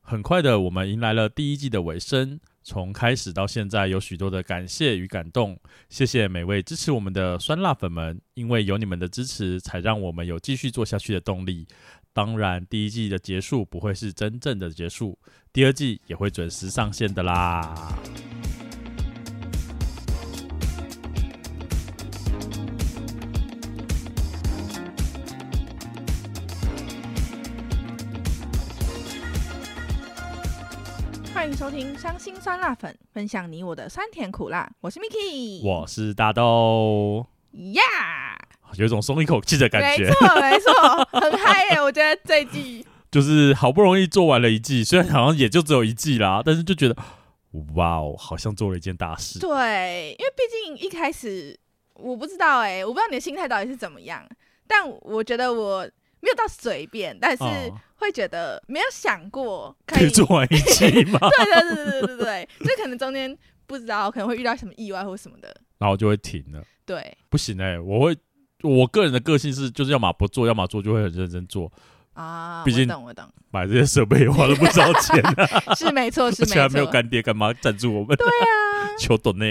很快的，我们迎来了第一季的尾声。从开始到现在，有许多的感谢与感动，谢谢每位支持我们的酸辣粉们，因为有你们的支持，才让我们有继续做下去的动力。当然，第一季的结束不会是真正的结束，第二季也会准时上线的啦。欢迎收听《伤心酸辣粉》，分享你我的酸甜苦辣。我是 Miki，我是大豆，呀有一种松一口气的感没觉，错没错，很嗨耶！我觉得这一季 就是好不容易做完了一季，虽然好像也就只有一季啦，但是就觉得哇哦，好像做了一件大事。对，因为毕竟一开始我不知道哎、我不知道你的心态到底是怎么样，但我觉得我没有到随便，但是嗯会觉得没有想过可可以以做完一季吗？对对对对对对对，就可能中间不知道可能会遇到什么意外或什么的， 然后就会停了。对不行哎、我会，我个人的个性是，就是要么不做，要么做就会很认真做。啊，毕竟我懂我懂，买这些设备也花了不少钱、啊，是没错是而且还没没有错，干爹干妈 赞助我们，对啊。求懂呢。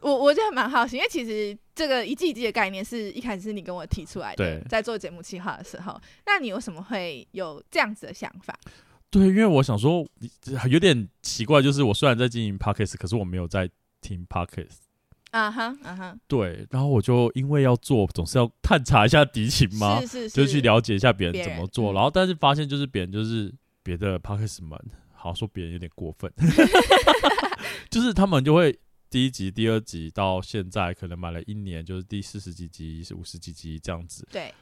我我觉得蛮好奇，因为其实这个一季一季的概念是一开始是你跟我提出来的对，在做节目企划的时候，那你为什么会有这样子的想法？对，因为我想说，有点奇怪，就是我虽然在经营 Pockets，可是我没有在听 Pockets。啊哈啊哈，对，然后我就因为要做，总是要探查一下敌情嘛，是是是，就去了解一下别人别怎么人做。嗯然后，但是发现就是别人就是别的 Pockets 们，好像说别人有点过分， 就是他们就会第一集、第二集到现在可能买了一年，就是第四十几集、五十几集这样子，对，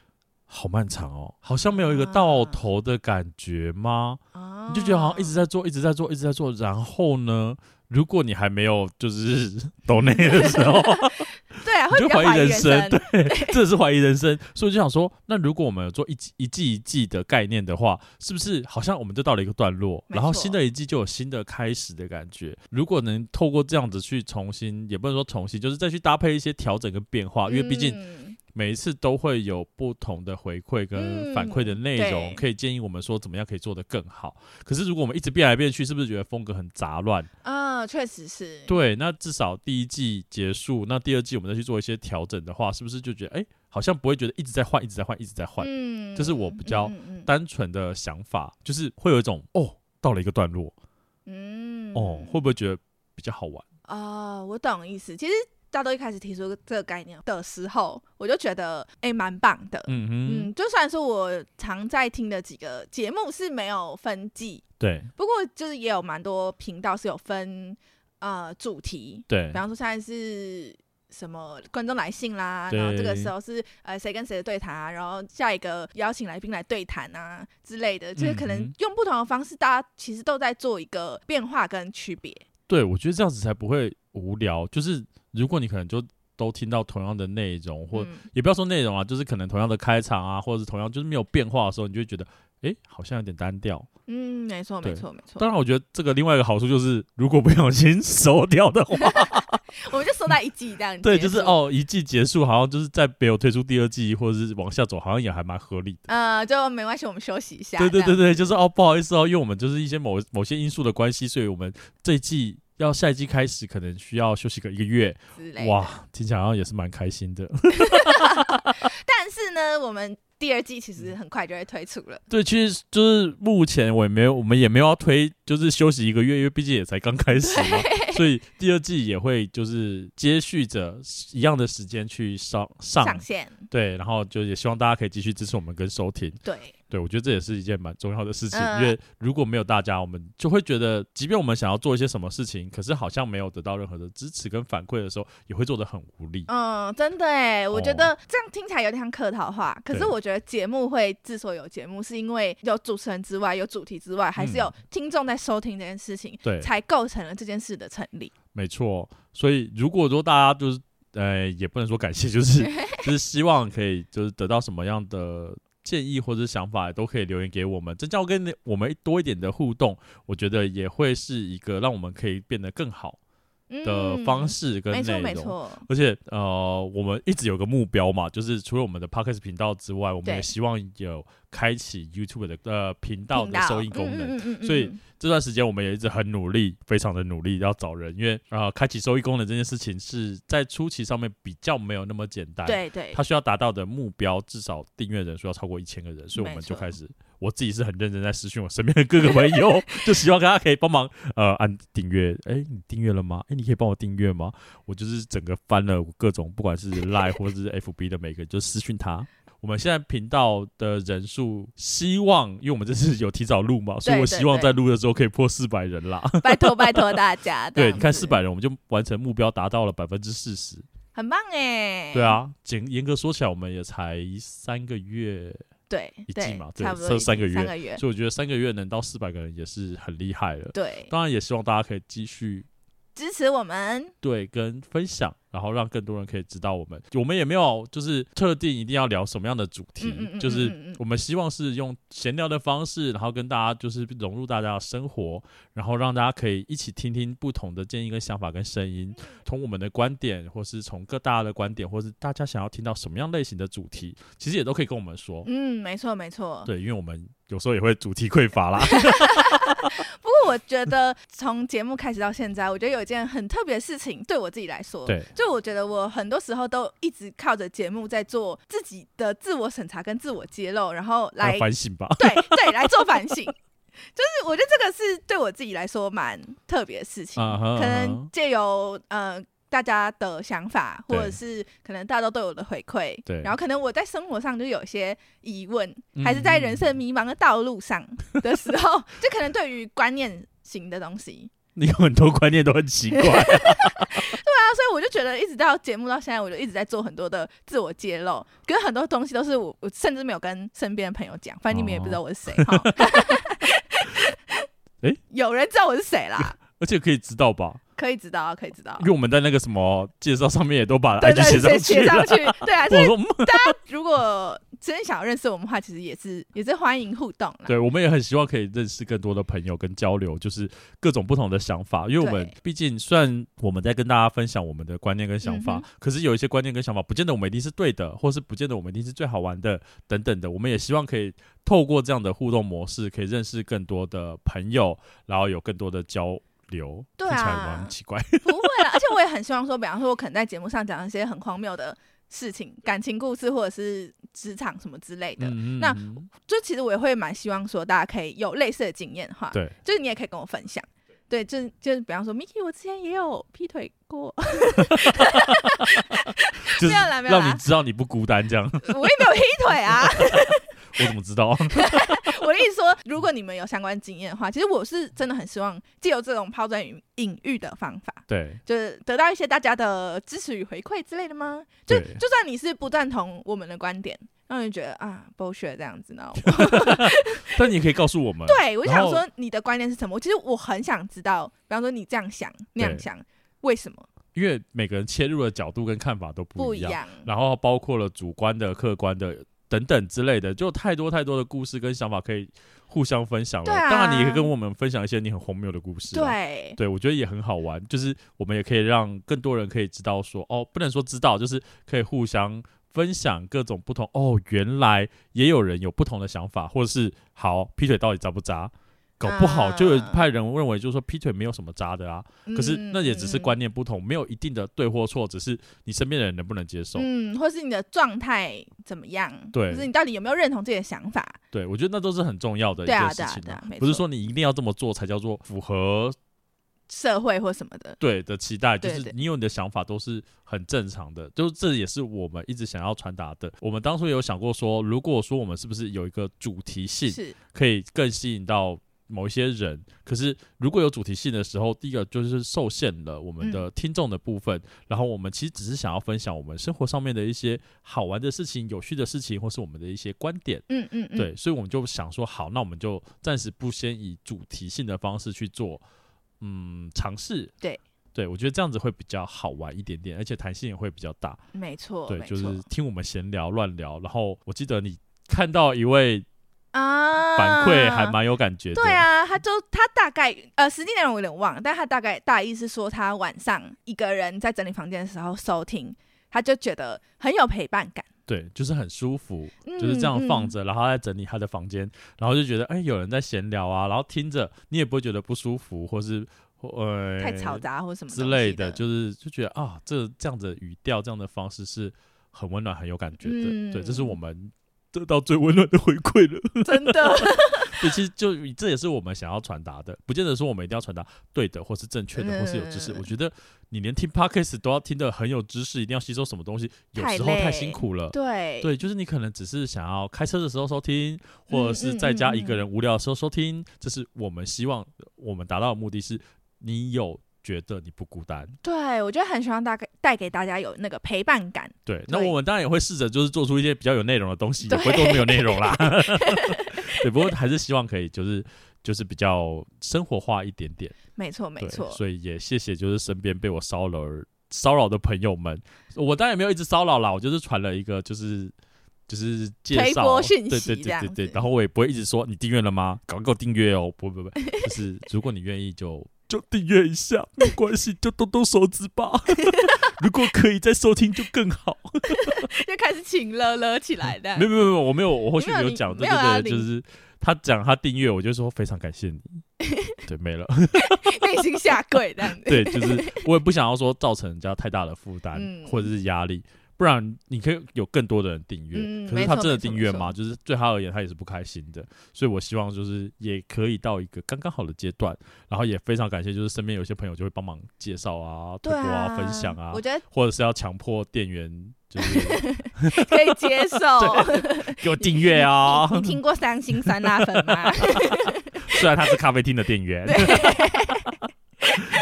好漫长哦，好像没有一个到头的感觉吗？哦你就觉得好像一直在做，一直在做，一直在做。然后呢，如果你还没有就是 抖内的时候，对啊，会你比就较怀疑疑人人生啊 这是怀疑人生，所以我就想说，那如果我们有做一季一季一季的概念的话，是不是好像我们就到了一个段落，没错然后新的一季就有新的开始的感觉？如果能透过这样子去重新，也不能说重新，就是再去搭配一些调整跟变化，因为毕竟嗯每一次都会有不同的回馈跟嗯反馈的内容，对可以建议我们说怎么样可以做得更好。可是如果我们一直变来变去，是不是觉得风格很杂乱？啊，确实是，对，那至少第一季结束，那第二季我们再去做一些调整的话，是不是就觉得哎、诶好像不会觉得一直在换，一直在换，一直在换？嗯这是我比较嗯嗯嗯单纯的想法就是会有一种哦，到了一个段落嗯哦，会不会觉得比较好玩？哦，我懂意思。其实大豆一开始提出这个概念的时候，我就觉得哎，蛮棒的，嗯哼，嗯，就虽然说我常在听的几个节目是没有分季，对不过就是也有蛮多频道是有分呃主题，对比方说现在是什么观众来信啦，然后这个对时候是呃谁跟谁的对谈啊，然后下一个邀请来宾来对谈啊之类的，就是可嗯能哼用不同的方式，大家其实都在做一个变化跟区别。对，我觉得这样子才不会无聊。就是如果你可能就都听到同样的内容，或、嗯也不要说内容啊，就是可能同样的开场啊，或者是同样就是没有变化的时候，你就会觉得哎、诶好像有点单调。嗯，没错对没错没错，当然，我觉得这个另外一个好处就是，如果不小心 收掉的话，我们就收在一季这样结束。对，就是哦，一季结束好像就是在没有推出第二季，或者是往下走，好像也还蛮合理的。呃，就没关系，我们休息一下。对对这样对对，就是哦，不好意思哦，因为我们就是一些某某些因素的关系，所以我们这一季要下一季开始，可能需要休息个一个月。之类的。哇，听起来好像也是蛮开心的。 但是呢，我们第二季其实很快就会推出了。对，其实就是目前我也没有，我们也没有要推，就是休息一个月，因为毕竟也才刚开始嘛，所以第二季也会就是接续着一样的时间去上上上线，对，然后就也希望大家可以继续支持我们跟收听。对，对，我觉得这也是一件蛮重要的事情，嗯因为如果没有大家，我们就会觉得，即便我们想要做一些什么事情，可是好像没有得到任何的支持跟反馈的时候，也会做得很无力。嗯，真的哎，我觉哦嗯得这样听起来有点像客套话，可是对我觉得节目会之所以有节目，是因为有主持人之外，有主题之外，还是有听众在收听这件事情，嗯对，才构成了这件事的成立。没错。所以如果说大家就是，呃，也不能说感谢，就是 就是希望可以就是得到什么样的。建议或者想法都可以留言给我们，增加跟我们多一点的互动，我觉得也会是一个让我们可以变得更好的嗯方，式跟没错内没容。错，而且呃，我们一直有个目标嘛，就是除了我们的 podcast 频道之外，我们对也希望有开启 YouTube 的呃频道频的收音功能。嗯嗯嗯嗯嗯所以嗯这段时间我们也一直很努力，非常的努力要找人，因为呃开启收益功能这件事情是在初期上面比较没有那么简单。对对它，需要达到的目标至少订阅人数要超过一千个人，所以我们没就错开始，我自己是很认真在私讯我身边的各个朋 友，就希望大家可以帮忙呃按订阅，哎、你订阅了吗？哎、你可以帮我订阅吗？我就是整个翻了各种不管是 Line 或者是 FB 的每个，就私讯他。我们现在频道的人数，希望因为我们这次有提早录嘛，所以对我对希望对在录的时候可以破四百人 啦。 拜托拜托大家。这对，样你看子四百人，我们就完成目标达到了百分之四十。很棒哎。对，啊，严严格说起来，我们也才三个月，对一季对，嘛对差不多这一季三个月三个月，所以我觉得三个月能到四百个人也是很厉害了。对，当然，也希望大家可以继续支持我们，对跟分享，然后让更多人可以知道我们。我们也没有就是特定一定要聊什么样的主题，嗯嗯嗯就是嗯嗯嗯我们希望是用闲聊的方式，然后跟大家就是融入大家的生活，然后让大家可以一起听听不同的建议跟想法跟声音，嗯从我们的观点，或是从各大家的观点，或是大家想要听到什么样类型的主题，其实也都可以跟我们说。嗯，没错没错。对，因为我们有时候也会主题匮乏啦。不过我 觉得从节目开始到现在，我觉得有一件很特别的事情，对我自己来说，对，就我觉得我很多时候都一直靠着节目在做自己的自我审查跟自我揭露，然后 来要反省 吧。对对来做反省。就是我觉得这个是对我自己来说蛮特别的事情，啊哈可啊能哈借由呃大家的想法，或对者是可能大家都对我的回馈，对然后可能我在生活上就有一些疑问，嗯还是在人生迷茫的道路上的时候，就可能对于观念型的东西， 你有很多观念都很奇怪。那所以我就觉得，一直到节目到现在，我就一直在做很多的自我揭露，可是很多东西都是我，我甚至没有跟身边的朋友讲，反正你们也不知道我是谁哈。哦 诶有人知道我是谁啦，而且可以知道吧，可以知道，可以知道因。为我们在那个什么介绍上面也都把对 IG 对，上写去写 上了。去，对啊，所我以说，嗯如果真想要认识我们的话，其实也是也是欢迎互动啦。对，我们也很希望可以认识更多的朋友跟交流，就是各种不同的想法。因为我们对毕竟虽然我们在跟大家分享我们的观念跟想法，嗯可是有一些观念跟想法，不见得我们一定是对的，或是不见得我们一定是最好玩的等等的。我们也希望可以透过这样的互动模式，可以认识更多的朋友，然后有更多的交流。对听起来啊蛮奇怪。不会啦，而且我也很希望说，比方说，我可能在节目上讲一些很荒谬的事情、感情故事，或者是职场什么之类的。嗯 那嗯嗯就其实我也会蛮希望说，大家可以有类似的经验的话， 对，就是你也可以跟我分享。对，就是就是，比方说，Miki，我之前也有劈腿过， 就是没有啦没有让啦你知道你不孤单，这样我也没有劈腿啊。我怎么知道？ 我的意思说，如果你们有相关经验的话，其实我是真的很希望借由这种抛砖引玉的方法，对就是得到一些大家的支持与回馈之类的吗？就对就算你是不赞同我们的观点，让人觉得啊 bullshit 这样子 呢？啊但你也可以告诉我们，对，我就然想后说你的观念是什么？其实我很想知道，比方说你这样想那样对想，为什么因为每个人切入的角度跟看法都不不一一样，样？然后包括了主观的、客观的等等之类的，就太多太多的故事跟想法可以互相分享了。对啊当然，你也可以跟我们分享一些你很荒谬的故事、。啊对，对，我觉得也很好玩，就是我们也可以让更多人可以知道说，哦，不能说知道，就是可以互相分享各种不同。哦，原来也有人有不同的想法，或者是好劈腿到底渣不渣？搞不好就有啊派人认为，就是说劈腿没有什么渣的啊，可是嗯那也只是观。念不同，没有一定的对或错，只是你身边的人能不能接受。嗯，嗯或是你的状态怎么样？对就是你到底有没有认同自己的想法？对，我觉得那都是很重要的一对啊件事情对啊对啊没不是错说你一定要这么做才叫做符合社会或什么的。对的期待，就对是对你有你的想法都是很正常的，就是这也是我们一直想要传达的。我们当初有想过说，如果说我们是不是有一个主题性，是，可以更吸引到某一些人。可是如果有主题性的时候，第一个就是受限了我们嗯的听众的部分，然后我们其实只是想要分享我们生活上面的一些好玩的事情、有趣的事情，或是我们的一些观点。嗯嗯嗯，对，所以我们就想说，好，那我们就暂时不先以主题性的方式去做，嗯，尝试。对，对我觉得这样子会比较好玩一点点，而且弹性也会比较大。没错，对，哦没就错是听我们闲聊乱聊，然后我记得你看到一位啊，反馈还蛮有感觉的。对啊，他就他大概呃，实际内容我有点忘了，但他大概大意是说，他晚上一个人在整理房间的时候收听，他就觉得很有陪伴感，对，就是很舒服，嗯就是这样放嗯着，然后他在整理他的房间，然后就觉得哎、有人在闲聊啊，然后听着你也不会觉得不舒服，或是或呃嗯太嘈杂或什么之东类西的，就是就觉得啊，这这样子的语调、这样的方式是很温暖、很有感觉的。对，这是嗯我们得到最温暖的回馈了。 真的对，其实就这也是我们想要传达的，不见得说我们一定要传达对的，或是正确的，或是有知识。我嗯觉得你连听 podcast 都要听得很有知识，一定要吸收什么东西，有太时候太辛累苦了。对对，就是你可能只是想要开车的时候收听，或者嗯是嗯在家一嗯个嗯人无聊的时候收听。这是我们希望我们达到的目的是，你有觉得你不孤单。对，我觉得很希望大概带给大家有那个陪伴感，对，那对我们当然也会试着就是做出一些比较有内容的东 西，也对不会都没有内容 啦。对，不过还是希望可以就是就是比较生活化一点点。没错没对，错，所以也谢谢就是身边被我骚扰而骚扰的朋友们，我当然也没有一直骚扰啦，我就是传了一个就是。就是介推绍，播对讯对息对这样对对，子然后我也不会一直说你订阅了吗？赶快给我订阅哦！不不 不，就是如果你愿意就就订阅一下，没关系，就动动手指 吧。如果可以再收听就更好。就开始请了了起来 的没。有没有没有，我没有，我后续没有没有你讲，对没有啊对对，就你是他讲他订阅，我就说非常感 谢你。对，没了。 内心下跪这样子。对，就是我也不想要说造成人家太大的负担、嗯或者是压力，不然你可以有更多的人订阅。嗯可是没他错真的没错订没阅错吗？就是对他而言，他也是不开心的。所以我希望就是也可以到一个刚刚好的阶段，然后也非常感谢，就是身边有些朋友就会帮忙介绍啊、推对播啊，分享啊我，觉得或者是要强迫店员就是可以 接受。给我订阅 啊。你听过三星酸辣粉 吗？虽然他是咖啡厅的店员。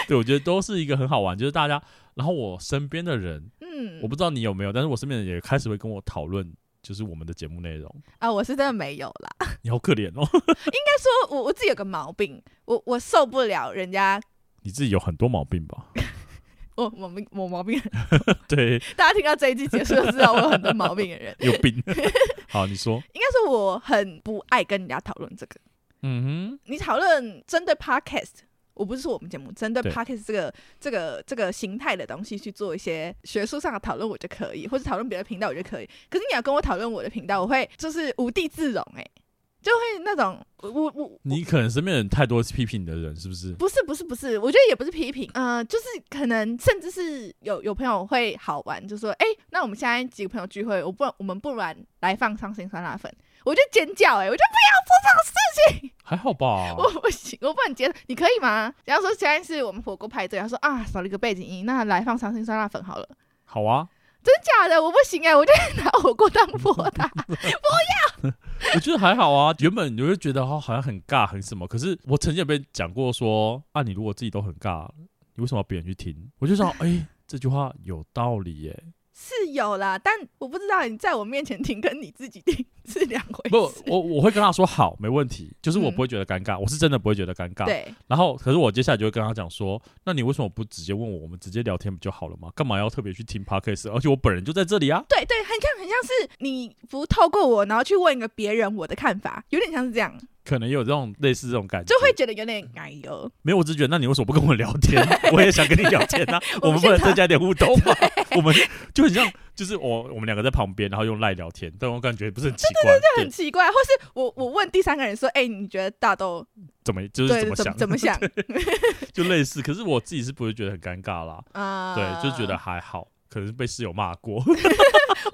对，我觉得都是一个很好玩，就是大家，然后我身边的人嗯，我不知道你有没有，但是我身边的人也开始会跟我讨论，就是我们的节目内 容。啊，我是真的没有啦。你好可怜 哦，但说我我自己有个毛病，我我受不了人家。哦你自己有很多毛病 吧？我毛病我毛病，对， 大家听到这一季结束就知道我有很多毛病的人。有 病。好，你说，应该是我很不爱跟人家讨论这个。嗯你讨论针对 podcast，我不是说我们节目针对对 podcast 这个这个这个形态的东西去做一些学术上的讨论，我就可以，或者讨论别的频道我就可以。可是你要跟我讨论我的频道，我会就是无地自容、欸，就会那种我我我哼，你可能身边人太多批评你的人，是不是？不是不是不是，我觉得也不是批评，嗯呃，就是可能甚至是有有朋友会好玩，就说，哎、那我们现在几个朋友聚会，我不我们不然来放伤心酸辣粉，我就尖叫、欸，哎，我就还好吧。我不行，我不能接受。你可以吗？然后说现在是我们火锅派对，他说啊少了一个背景音，那来放伤心酸辣粉好了。好啊，真假的，我不行哎、我就拿火锅当泼 他。我觉得还好啊。原本你会觉得哦，好像很尬，很什么。可是我曾经有被讲过说，啊，你如果自己都很尬，你为什么要别人去听？我就想，哎、这句话有道理耶、是有啦，但我不知道你在我面前听跟你自己听是两回不事，。我我会跟他说好，没问题，就是我嗯不会觉得尴尬，我是真的不会觉得尴尬。对，然后，可是我接下来就会跟他讲说，那你为什么不直接问我，我们直接聊天不就好了吗？干嘛要特别去听 podcast？而且我本人就在这里 啊。对对，很像很像是你不透过我，然后去问一个别人我的看法，有点像是这样，可能有这种类似这种感觉，就会觉得有点哎呦，没有我只是觉得，那你为什么不跟我聊 天？我也想跟你聊天啊，我我们们不能现场增加点互动吗？ 我们就很像，就是我我们两个在旁边，然后用赖聊天，但我感觉不是很奇怪，很对奇怪。或是我我问第三个人说，哎、你觉得大豆怎么就是对怎么怎么想， 怎么想就类似。可是我自己是不会觉得很尴尬啦，啊？对，就觉得还好，可能是被室友骂过我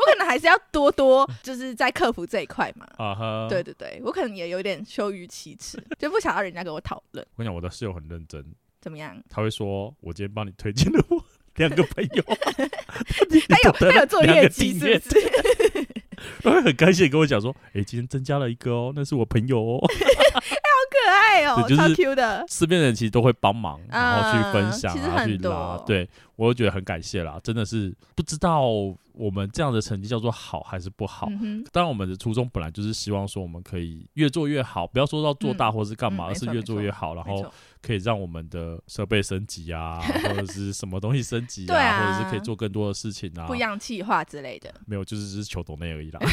可能还是要多多嗯就是在克服这一块嘛。啊哈。对，对对，我可能也有点羞于启齿，就不想要人家跟我讨论我跟你讲，我的室友很认真，怎 么样。他会说：“我今天帮你推荐了我 两个朋友， 他有懂得他有做两个业绩订是阅不是？ 他会很开心地跟我讲说：‘诶，今天增加了一个哦，那是我朋友哦。 可爱哦、对就超是 Q 的’。身边的人其实都会帮忙，然后去分享啊其实啊，去很多拉。对我就觉得很感谢啦，真的是不知道我们这样的成绩叫做好还是不好。嗯哼，当然，我们的初衷本来就是希望说我们可以越做越好，不要说到做大或是干嘛，嗯嗯而没是错越没做错越好，然没后错可以让我们的设备升级 啊，或者是什么东西升级对啊或者是可以做更多的事情啊，不一样气话之 类的。没有，就是只是求懂内而已啦，没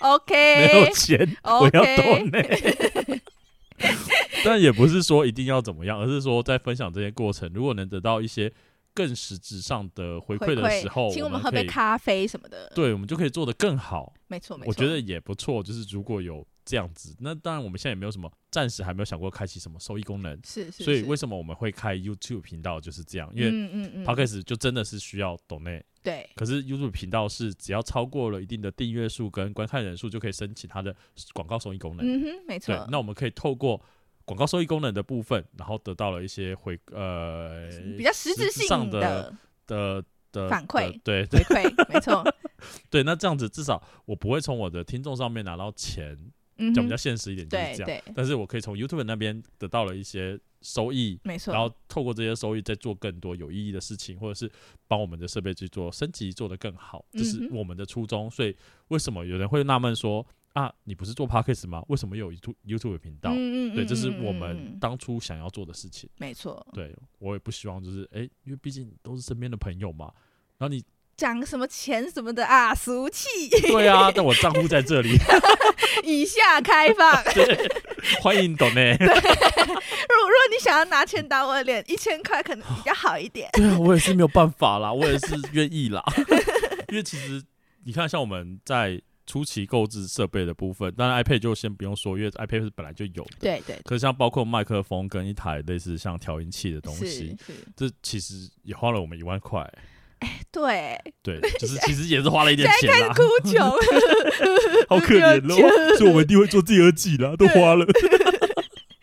OK 有 钱，我要懂 OK，内。 但也不是说一定要怎么样，而是说在分享这些过程，如果能得到一些更实质上的回馈回的时候，请我们们喝可杯以，咖啡什么的。对我们就可以做得更好。没错，没错。我觉得也不错，就是如果有这样子，那当然我们现在也没有什么，暂时还没有想过开启什么收益功能，是是是，所以为什么我们会开 YouTube 频道就是这样，因为嗯嗯嗯 Podcast 就真的是需要懂内，对可是 YouTube 频道是只要超过了一定的订阅数跟观看人数，就可以申请它的广告收益功能。嗯哼，没对错，。那我们可以透过广告收益功能的部分，然后得到了一些回呃比较实质实质性上的的的的反馈的对回对馈，没错。 对，那这样子至少我不会从我的听众上面拿到钱，嗯讲比较哼，现实一点就是对这样。对，但是我可以从 YouTube 那边得到了一些收益，没错。然后透过这些收益再做更多有意义的事情，或者是帮我们的设备去做升级，做得更好，这是嗯哼我们的初衷。所以为什么有人会纳闷说啊，你不是做 Podcast 吗？为什么有 YouTube YouTube 频道？嗯嗯嗯，对，这是嗯我嗯嗯哦们嗯当初想要做的事情。没错。对我也不希望就是诶，因为毕竟都是身边的朋友嘛。然后你讲什么钱什么的啊，俗气，对啊，但我账户在这里， 以下开放。欢迎懂内。如如果你想要拿钱打我的脸，一千块可能比较好一点。 对啊，我也是没有办法啦，我也是愿意啦。 因为其实你看，像我们在初期购置设备的部分，当然 iPad 就先不用说，因为 iPad 是本来就有的。对对，可是像包括麦克风跟一台类似像调音器的东是西，是，这其实也花了我们一万块，对，对，就是其实也是花了一点钱啦 哭，穷，好可 怜哦。所以我们一定会做第二季啦，都花了。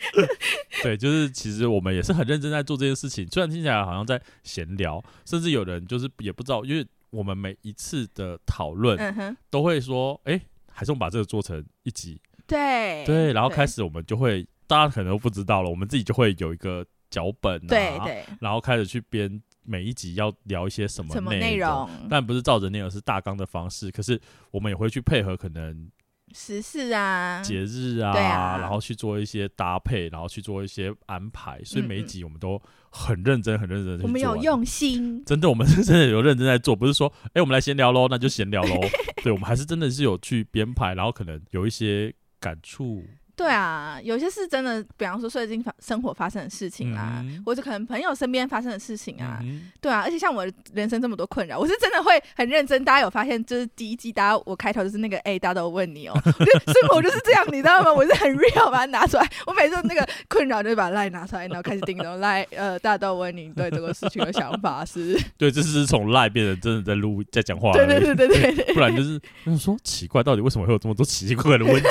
对，就是其实我们也是很认真在做这件事情，虽然听起来好像在闲聊，甚至有人就是也不知道，因为我们每一次的讨论嗯哼，都会说，哎、还是我们把这个做成一集，对对，然后开，始我们就会，大家可能都不知道了，我们自己就会有一个脚本、啊，对，对，然后开始去编每一集要聊一些什么什么内内容？但不是照着内容是大纲的方式，可是我们也会去配合可能时事啊，节日啊，对啊然后去做一些搭配，然后去做一些安排，所以每一嗯嗯集我们都很认真、很认真的我们有用心，真的，我们是真的有认真在做，不是说，哎、我们来闲聊喽，那就闲聊 喽。对，我们还是真的是有去编排，然后可能有一些感触。对啊，有些是真的，比方说最近发生活发生的事情啦嗯哼，或者可能朋友身边发生的事情啊，嗯对啊，而且像我人生这么多困扰，我是真的会很认真。大家有发现，就是第一季，大家我开头就是那个，哎、大家都有问你哦、我就生活就是这样，你知道吗？我是很 real 把它拿出来，我每次那个困扰就把 line 拿出来，然后开始叮咚 line，呃，大家都有问你对这个事情的想法是，哼对，这是从赖变成真的在录在讲话而对已，对对对对，对不然就是就是说奇怪，到底为什么会有这么多奇奇怪怪的问题？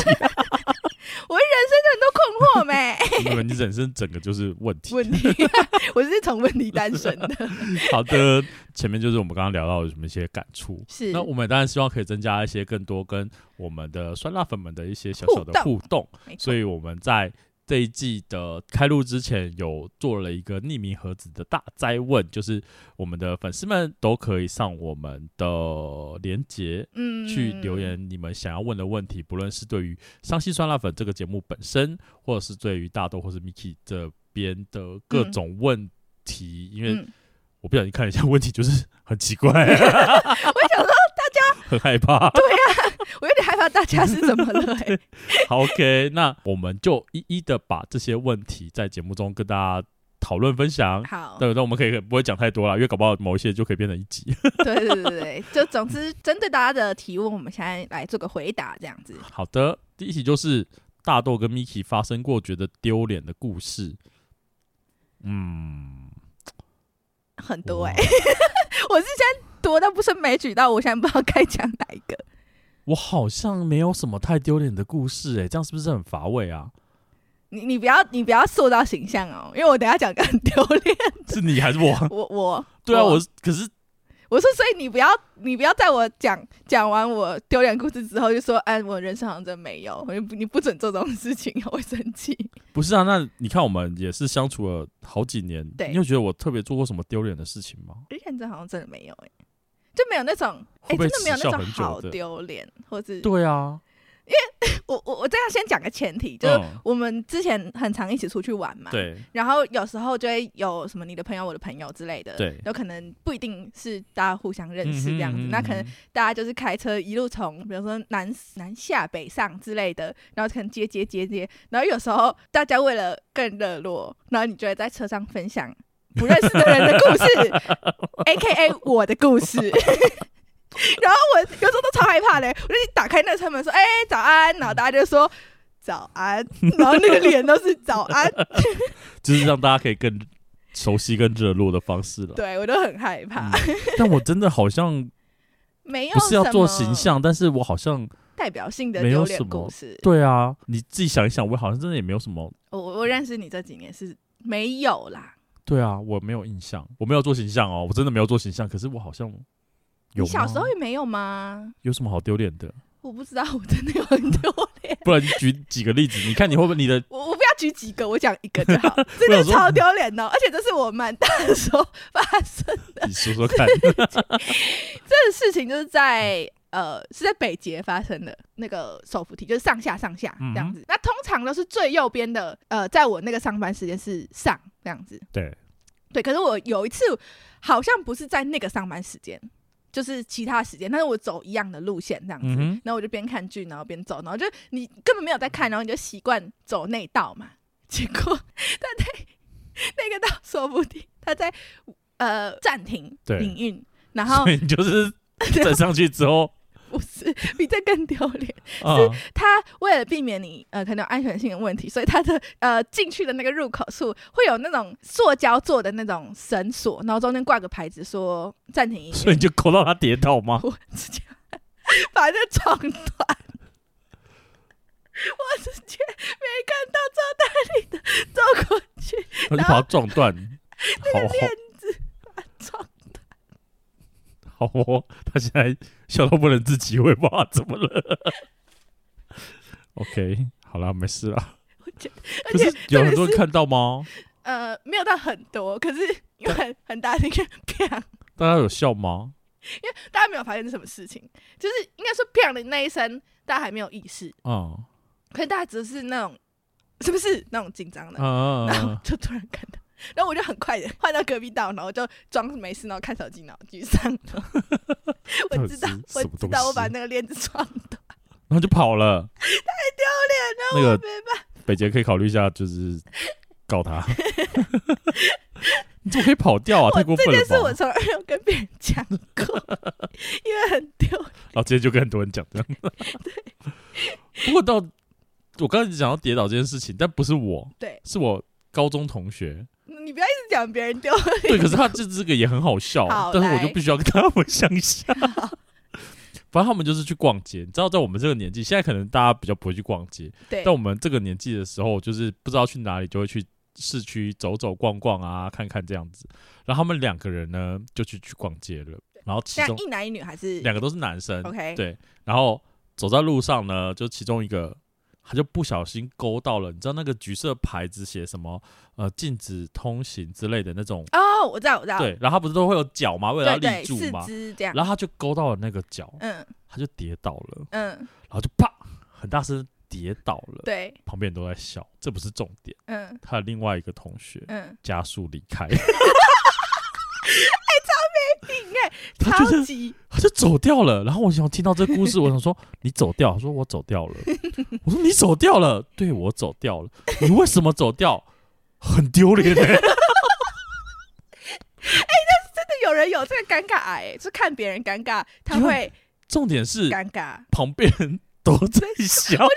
我人生真的很多困惑没你们你人生整个就是问 题。问题，我是从问题单身的，好的，前面就是我们刚刚聊到有什么一些感触。 是那我们当然希望可以增加一些更多跟我们的酸辣粉们的一些小小的互互动，没错所以我们在这一季的开录之前，有做了一个匿名盒子的大灾问，就是我们的粉丝们都可以上我们的连接嗯去留，言你们想要问的问题，不论是对于《伤心酸辣粉》这个节目本身，或者是对于大豆或是 Miki 这边的各嗯种问题，因为嗯，我不小心看了一下问题，就是很奇怪， 我想说， 很害怕。我有点害怕大家是怎么 了、哎好 OK，那我们就一一的把这些问题在节目中跟大家讨论分享。好，对，那我们可以不会讲太多啦，因为搞不好某一些就可以变成一集。 对对对对对，就总之针对大家的提问，我们现在来做个回答，这样子。好的，第一题就是大豆跟 Miki 发生过觉得丢脸的故事。嗯，很多哎、我是现在多到不胜枚举到，我现在不知道该讲哪一个。我好像没有什么太丢脸的故事、欸，这样是不是很乏味啊？你你不要你不要塑造形象哦，因为我等一下讲个很丢 脸。 是你还是我？我我对啊，我我是可是我说，所以你不要你不要在我讲讲完我丢脸故事之后就说，哎，我人生好像真没有，我就不你不准做这种事情，我会生气。不是啊？那你看，我们也是相处了好几年，对你有觉得我特别做过什么丢脸的事情吗？认真好像真的没有哎、就没有那种哎、会被真的没有耻那笑种很久好的丢脸，或是对啊，我我我这样先讲个前提，就是嗯我们之前很常一起出去玩嘛，对然后有时候就会有什么你的朋友、我的朋友之类的，对有可能不一定是大家互相认识这样子，嗯哼那可能嗯哼大家就是开车一路从比如说南南下北上之类的，然后可能接接接接，然后有时候大家为了更热络，然后你就会在车上分享。不认识的人的故事 ，A K A 我的故事。 然后我有时候都超害怕嘞，我就一打开那个车门说：“哎、早嗯安！”然后大家就说：“早安。” 然后那个脸都是早 安，就是让大家可以更熟悉、更热络的方式了。对啊我都很害怕。嗯但我真的好像没有不是要什做么形 象，但是我好像代表性的没有丢什脸么故事。对啊，你自己想一想，我好像真的也没有什么。我我我认识你这几年是没有啦，对啊，我没有印象，我没有做形象哦，我真的没有做形象。可是我好像有你小吗时候也没有吗？有什么好丢脸的？我不知道，我真的有很丢脸。 不然你举几个例子，你看你会不会你的我我不要举几个，我讲一个就 好，真我的想是说超丢脸的哦，而且这是我蛮大的时候发生的你说说 看，这个事情，就是在呃是在北捷发生的那个手扶梯，就是上下上下嗯哼这样子。那通常都是最右边的，呃，在我那个上班时间是上这样子，对，对，可是我有一次好像不是在那个上班时间，就是其他时间，但是我走一样的路线这样子，嗯哼然后我就边看剧，然后边走，然后就你根本没有在看，然后你就习惯走那道嘛。结果他在那个道说不定他在呃暂停对营运，然后啊所以你 就是站上去之后不是比这更丢脸，啊，他为了避免你呃可能有安全性的问题，所以他的呃进去的那个入口处会有那种塑胶做的那种绳索，然后中间挂个牌子说暂停营所以运你，就抠到他跌倒吗？我直接把这撞断。我直接没看到超大力的走过去 他就把他撞断，好撞，好好哦，他现在笑到不能自己，我也不知道他怎么了。OK，好啦，没事啦。而可且是有很多这人个是看到吗？呃没有到很多，可是因为很很大力，啪，大家有笑吗？ 大家没有发现是什么事情，就是应该说啪的那一声，大家还没有意识，嗯可是大家只是那种，是不是那种紧张的？嗯嗯然后嗯，就突然看到，然后我就很快的换到隔壁道，然后就装没事，然后看手机，然后沮丧 了。我知道到底，是我什么知道，东西我把那个链子撞断，然后就跑了。太丢脸了！那我个哦没办法。北杰可以考虑一下，就是告他。 你怎么可以跑掉啊？太过我这分件事了我吧！从来没有跟别人讲过， 因为很丢。然后直哦接就跟很多人讲这样。不过到我刚才讲到跌倒这件事情，但不是我，对，是我高中同学。你不要一直讲别人丢。对，可是他这这个也很好笑，好但是我来就必须要跟他分享一下。 反正他们就是去逛街，你知道，在我们这个年纪，现在可能大家比较不会去逛街，对但，我们这个年纪的时候，就是不知道去哪里，就会去市区走走逛逛啊，看看这样子。然后他们两个人呢，就去去逛街了。然后其这样中一男一女还是两个都是男生， OK？对然后走在路上呢，就其中一个他就不小心勾到了，你知道那个橘色牌子写什么呃禁止通行之类的那种，哦，我知道，我知道，对。然后他不是都会有脚吗？为了要对立对，住四嘛。肢这样。然后他就勾到了那个脚，嗯他就跌倒了，嗯，然后就啪很大声跌倒了，对，旁边人都在笑，这不是重点。嗯他的另外一个同学嗯，加速离 开， 他就哎超是级他就走掉了。然后我想听到这故事，我想说你走掉，他说我走掉了， 我说你走掉了，对我走掉了，你为什么走掉？很丢脸 欸真的有人有这个尴尬癌、就看别人尴尬，他有会重点是尴尬。旁边人都在笑，真的，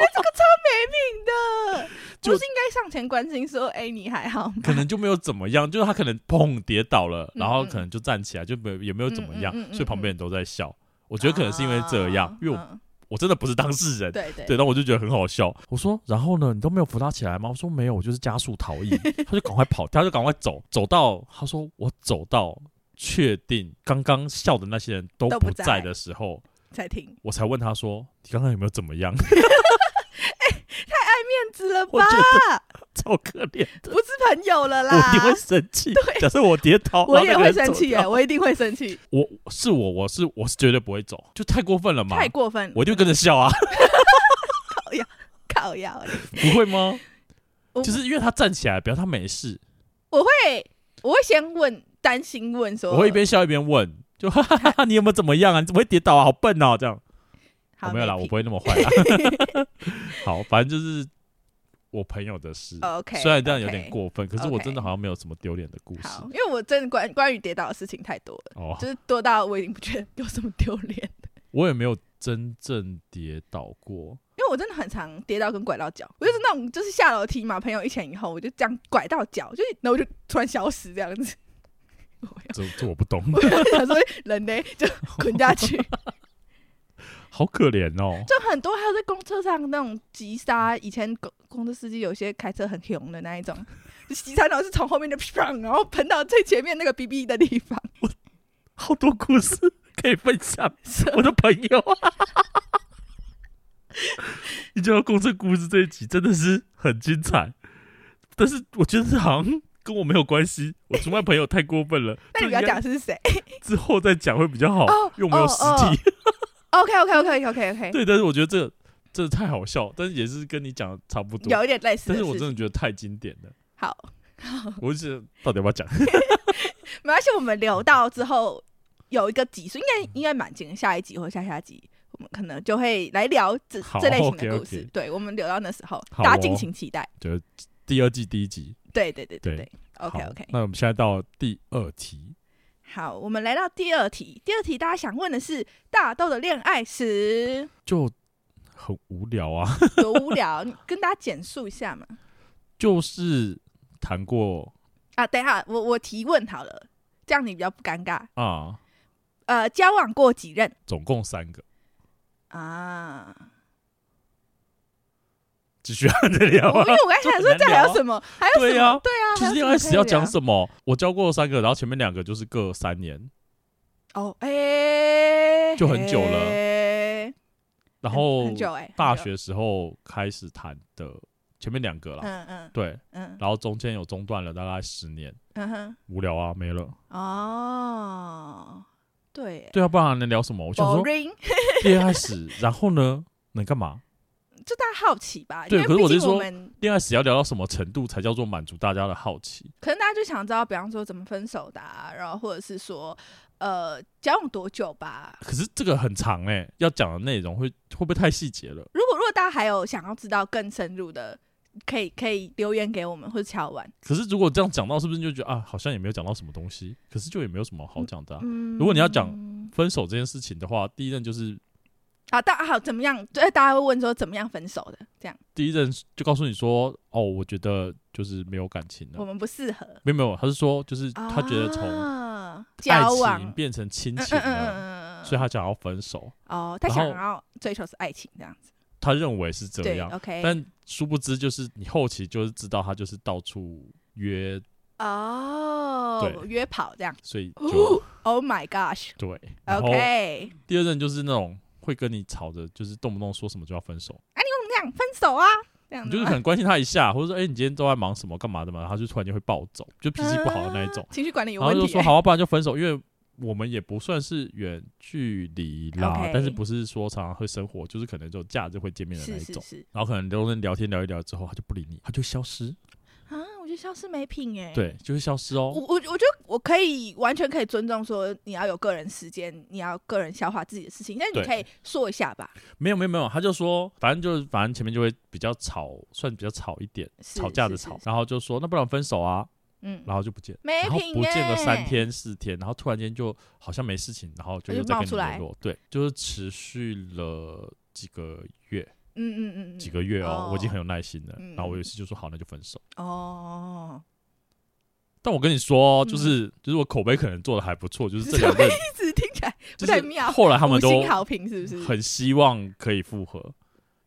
就不是应该上前关心说：“哎、你还好吗可能就没有怎么样，就是他可能砰跌倒了，嗯然后可能就站起来，就没有也没有怎么样嗯嗯嗯，嗯所以旁边人都在笑。我觉得可能是因为这样啊，因为我嗯我真的不是当事人，对对对，，但我就觉得很好笑。我说，然后呢，你都没有扶他起来吗？我说没有，我就是加速逃逸。他就赶快跑，他就赶快走，走到他说我走到确定刚刚笑的那些人都都不不在在的时候，才停，我才问他说你刚刚有没有怎么样？面子了 我吧觉？得超可怜， 不是朋友了我一定会啦。生气。假设我跌倒，”哦我然后也那个会人生走气耶，掉我一定会生 气，我是我，我是我是绝对不会走，就太过分了嘛。太过分，我就跟着笑啊， 靠腰嘞。不会吗？ 我就是因为他站起来，表示他没事，我会，我会先问，担心问说：“我会一边笑一边问，就 哈哈哈哈，你有没有怎么样啊？你怎么会跌倒啊？好笨哦，这样。好我没有啦， 没我品不会那么坏啦。好，反正就是我朋友的事。哦 OK，虽然这样有 OK 点过分，可是我 OK 真的好像没有什么丢脸的故事。好，因为我真的关关于跌倒的事情太多了，哦，就是多到我已经不觉得有什么丢脸，我也没有真正跌倒过。因为我真的很常跌倒跟拐到脚，我就是那种就是下楼梯嘛，朋友一前一后，我就这样拐到脚，就是然后我就突然消失这样子， 我没这这我不 懂，有想说人呢就 滚下去，好可怜哦。就很多还有在公车上那种急刹，以前公公车司机有些开车很凶的那一种， 就急刹然后是从后面的砰，然后喷到最前面那个 B B 的地方，。好多故事可以分享，我的朋友。 你知道公车故事这一集真的是很精彩，但是我觉得这好像跟我没有关系，我崇拜朋友太过分了 那你不要这应该讲是谁之后再讲会比较好，哦因为我们有哦实体。哦？OK OK OK OK OK，对，但是我觉得这个这太好笑，但是也是跟你讲的差不多。有一点类似但是的事我真情。的觉得太经典了，好，我就是到底要不要讲？ 没关系，我们留到之后有一个集数，应该应该蛮近的，下一集或下下集，我们可能就会来聊这好这类型的 OK，OK 故事。对，我们留到那时候，好哦大家敬请期待。第二季第一集对对对对对对，OK 好 OK。那我们现在到第二题，好，我们来到第二题。第二题大家想问的是，大豆的恋爱史 就很无聊啊。多无聊，你跟大家简述一下嘛。就是谈过啊，等一下，我我提问好了，这样你比较不尴尬。啊，呃，交往过几任总共三个，啊？继续按着聊我啊哦因。 为我刚 才想说，这还有什么？还有对什呀、么？对啊，其还实有恋什么爱可史以要讲聊什么？我交过三个，然后前面两个就是各三年，哦，哎、就很久了哎然后很久哎、很大久，学时候开始谈的，前面两个啦，嗯嗯对，嗯然后中间有中断了大概十年，嗯哼，无聊啊，没了。哦，对欸对啊，不然能聊什么？我想说，boring，恋爱史，然后呢，能干嘛？就大家好奇吧，对因可为是我毕是竟我说们恋爱史要聊到什么程度才叫做满足大家的好奇？可能大家就想知道，比方说怎么分手的、啊，然后或者是说呃交往多久吧。可是这个很长哎、要讲的内容会会不会太细节了？如果如果大家还有想要知道更深入的，可以可以留言给我们或者敲完。可是如果这样讲到，是不是就觉得啊，好像也没有讲到什么东西？可是就也没有什么好讲的、啊。嗯，如果你要讲分手这件事情的话，第一任就是啊，大好怎么样？对，大家会问说怎么样分手的？这样第一任就告诉你说，哦，我觉得就是没有感情我了。们不适合。没有没有，他是说就是他觉得从哦啊交爱情往变成亲嗯情嗯嗯了，嗯嗯，所以他想要分手。哦，他然想后要追求是爱情这样子，他认为是这对样， ，OK，但殊不知就是你后期就是知道他就是到处约，哦对约跑这样所以就 哦，Oh my gosh，OK，、对。然后第二任就是那种会跟你吵着，就是动不动说什么就要分手。这样分手啊，这样你子就是吗可能关心他一下，或者说，哎、你今天都在忙什么，干嘛的嘛？然后他就突然间会暴走，就脾气不好的那一种啊， 情绪管理有然后问就题、说，好、啊，不然就分手，因为我们也不算是远距离啦 OK 但是不是说常常会生活，就是可能就假日会见面的那是一是种，是然后可能都能聊天聊一聊之后，他就不理你，他就消失，啊，我觉得消失没品哎、。对，就会消失我哦。我我觉得我可以完全可以尊重说你要有个人时间，你要个人消化自己的事情，但你对可以说一下吧，没有没有没有，他就说，反正就是反正前面就会比较吵，算比较吵一点，是吵架是的是吵是，然后就说那不然分手啊，嗯，然后就不见。没然后品、欸、不见个三，天四天，然后突然间就好像没事情，然后就它哎就又再冒跟你出来联络，对，就是持续了几个月，嗯嗯嗯嗯，几个月哦，我已经哦很有耐心了。嗯然后我有一次就说好，那就分手。哦， 但我跟你说哦，就嗯是、就是我口碑可能做的还不错，就是这两任，一直听起来就太是妙后来他五们都星好评是不是？很希望可以复合。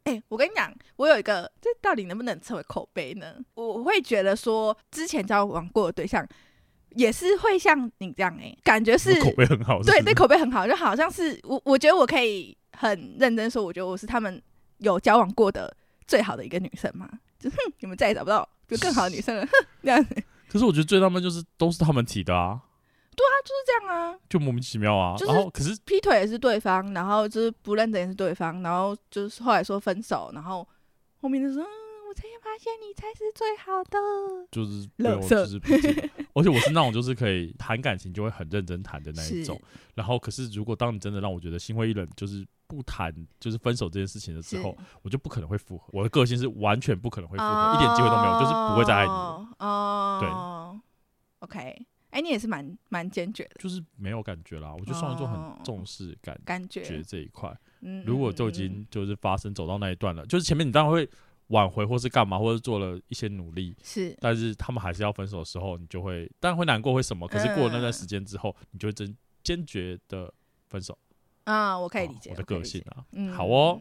哎、我跟你讲，我有一个，这到底能不能成为口碑呢？我我会觉得说，之前交往过的对象也是会像你这样、哎，感觉是我口碑很好是不对是，对口碑很好，就好像是我，我觉得我可以很认真说，我觉得我是他们有交往过的最好的一个女生嘛，就哼，你们再也找不到比我更好的女生了，哼，这样子可是我觉得最他们就是都是他们提的啊，就是这样啊。就莫名其妙啊。就是然后可是劈腿也是对方，然后就是不认真也是对方，然后就是后来说分手，然后后面就说、嗯、我才发现你才是最好的。就是对垃我圾就是不 介意，而且我是那种就是可以谈感情就会很认真谈的那一是种。然后，可是如果当你真的让我觉得心灰意冷，就是不谈就是分手这件事情的时候，我就不可能会复合。我的个性是完全不可能会复合，一点机会都没有，就是不会再爱你了，哦哦，对，OK，哎，你也是蛮蛮坚决的就是没有感觉啦。我觉得双鱼座哦很重视感感觉。觉这一块。嗯，如果嗯都已嗯嗯经就是发生走到那一段了，就是前面你当然会挽回或是干嘛，或者做了一些努力，是但是他们还是要分手的时候，你就会当然会难过，会什么？可是过了那嗯段时间之后，你就会真坚决的分手。啊，我可以啊理解我的可以个理性解啊。嗯，好哦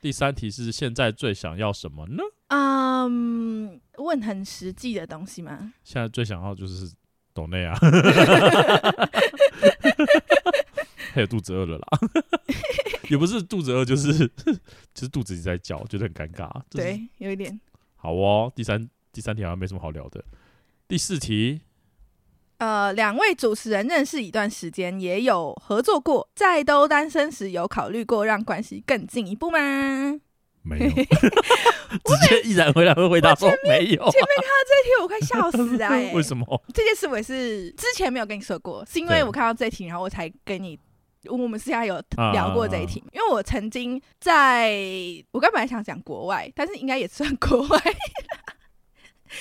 第三题是现在最想要什么呢？嗯。嗯，问很实际的东西吗？现在最想要就是懂内啊， 还有肚子饿了啦，也不是肚子饿，就是 就是肚子一直在叫，觉得很尴尬。这是对，有一点。好哦，第三第三题好像没什么好聊的。第四题，呃，两位主持人认识一段时间，也有合作过，在都单身时有考虑过让关系更进一步吗？ 哎没天 有，直接毅然回来会回答说没有啊、我快 笑死啊、欸！为什么？这件事我也是之前没有跟你说过，是因对为我看到这一题，然后我才跟你。我们私下有啊聊过这一题，因为我曾经在，我刚本来想讲国外，但是应该也算国外，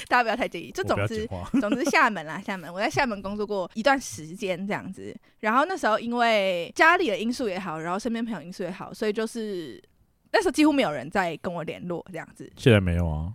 大家不要太介意。就啊我不总要之讲， 话总之厦门啦，厦门，我在厦门工作过一段时间这样子。然后那时候因为家里的因素也好，然后身边朋友因素也好，所以就是那时候几乎没有人在跟我联络这样子。现在没有啊。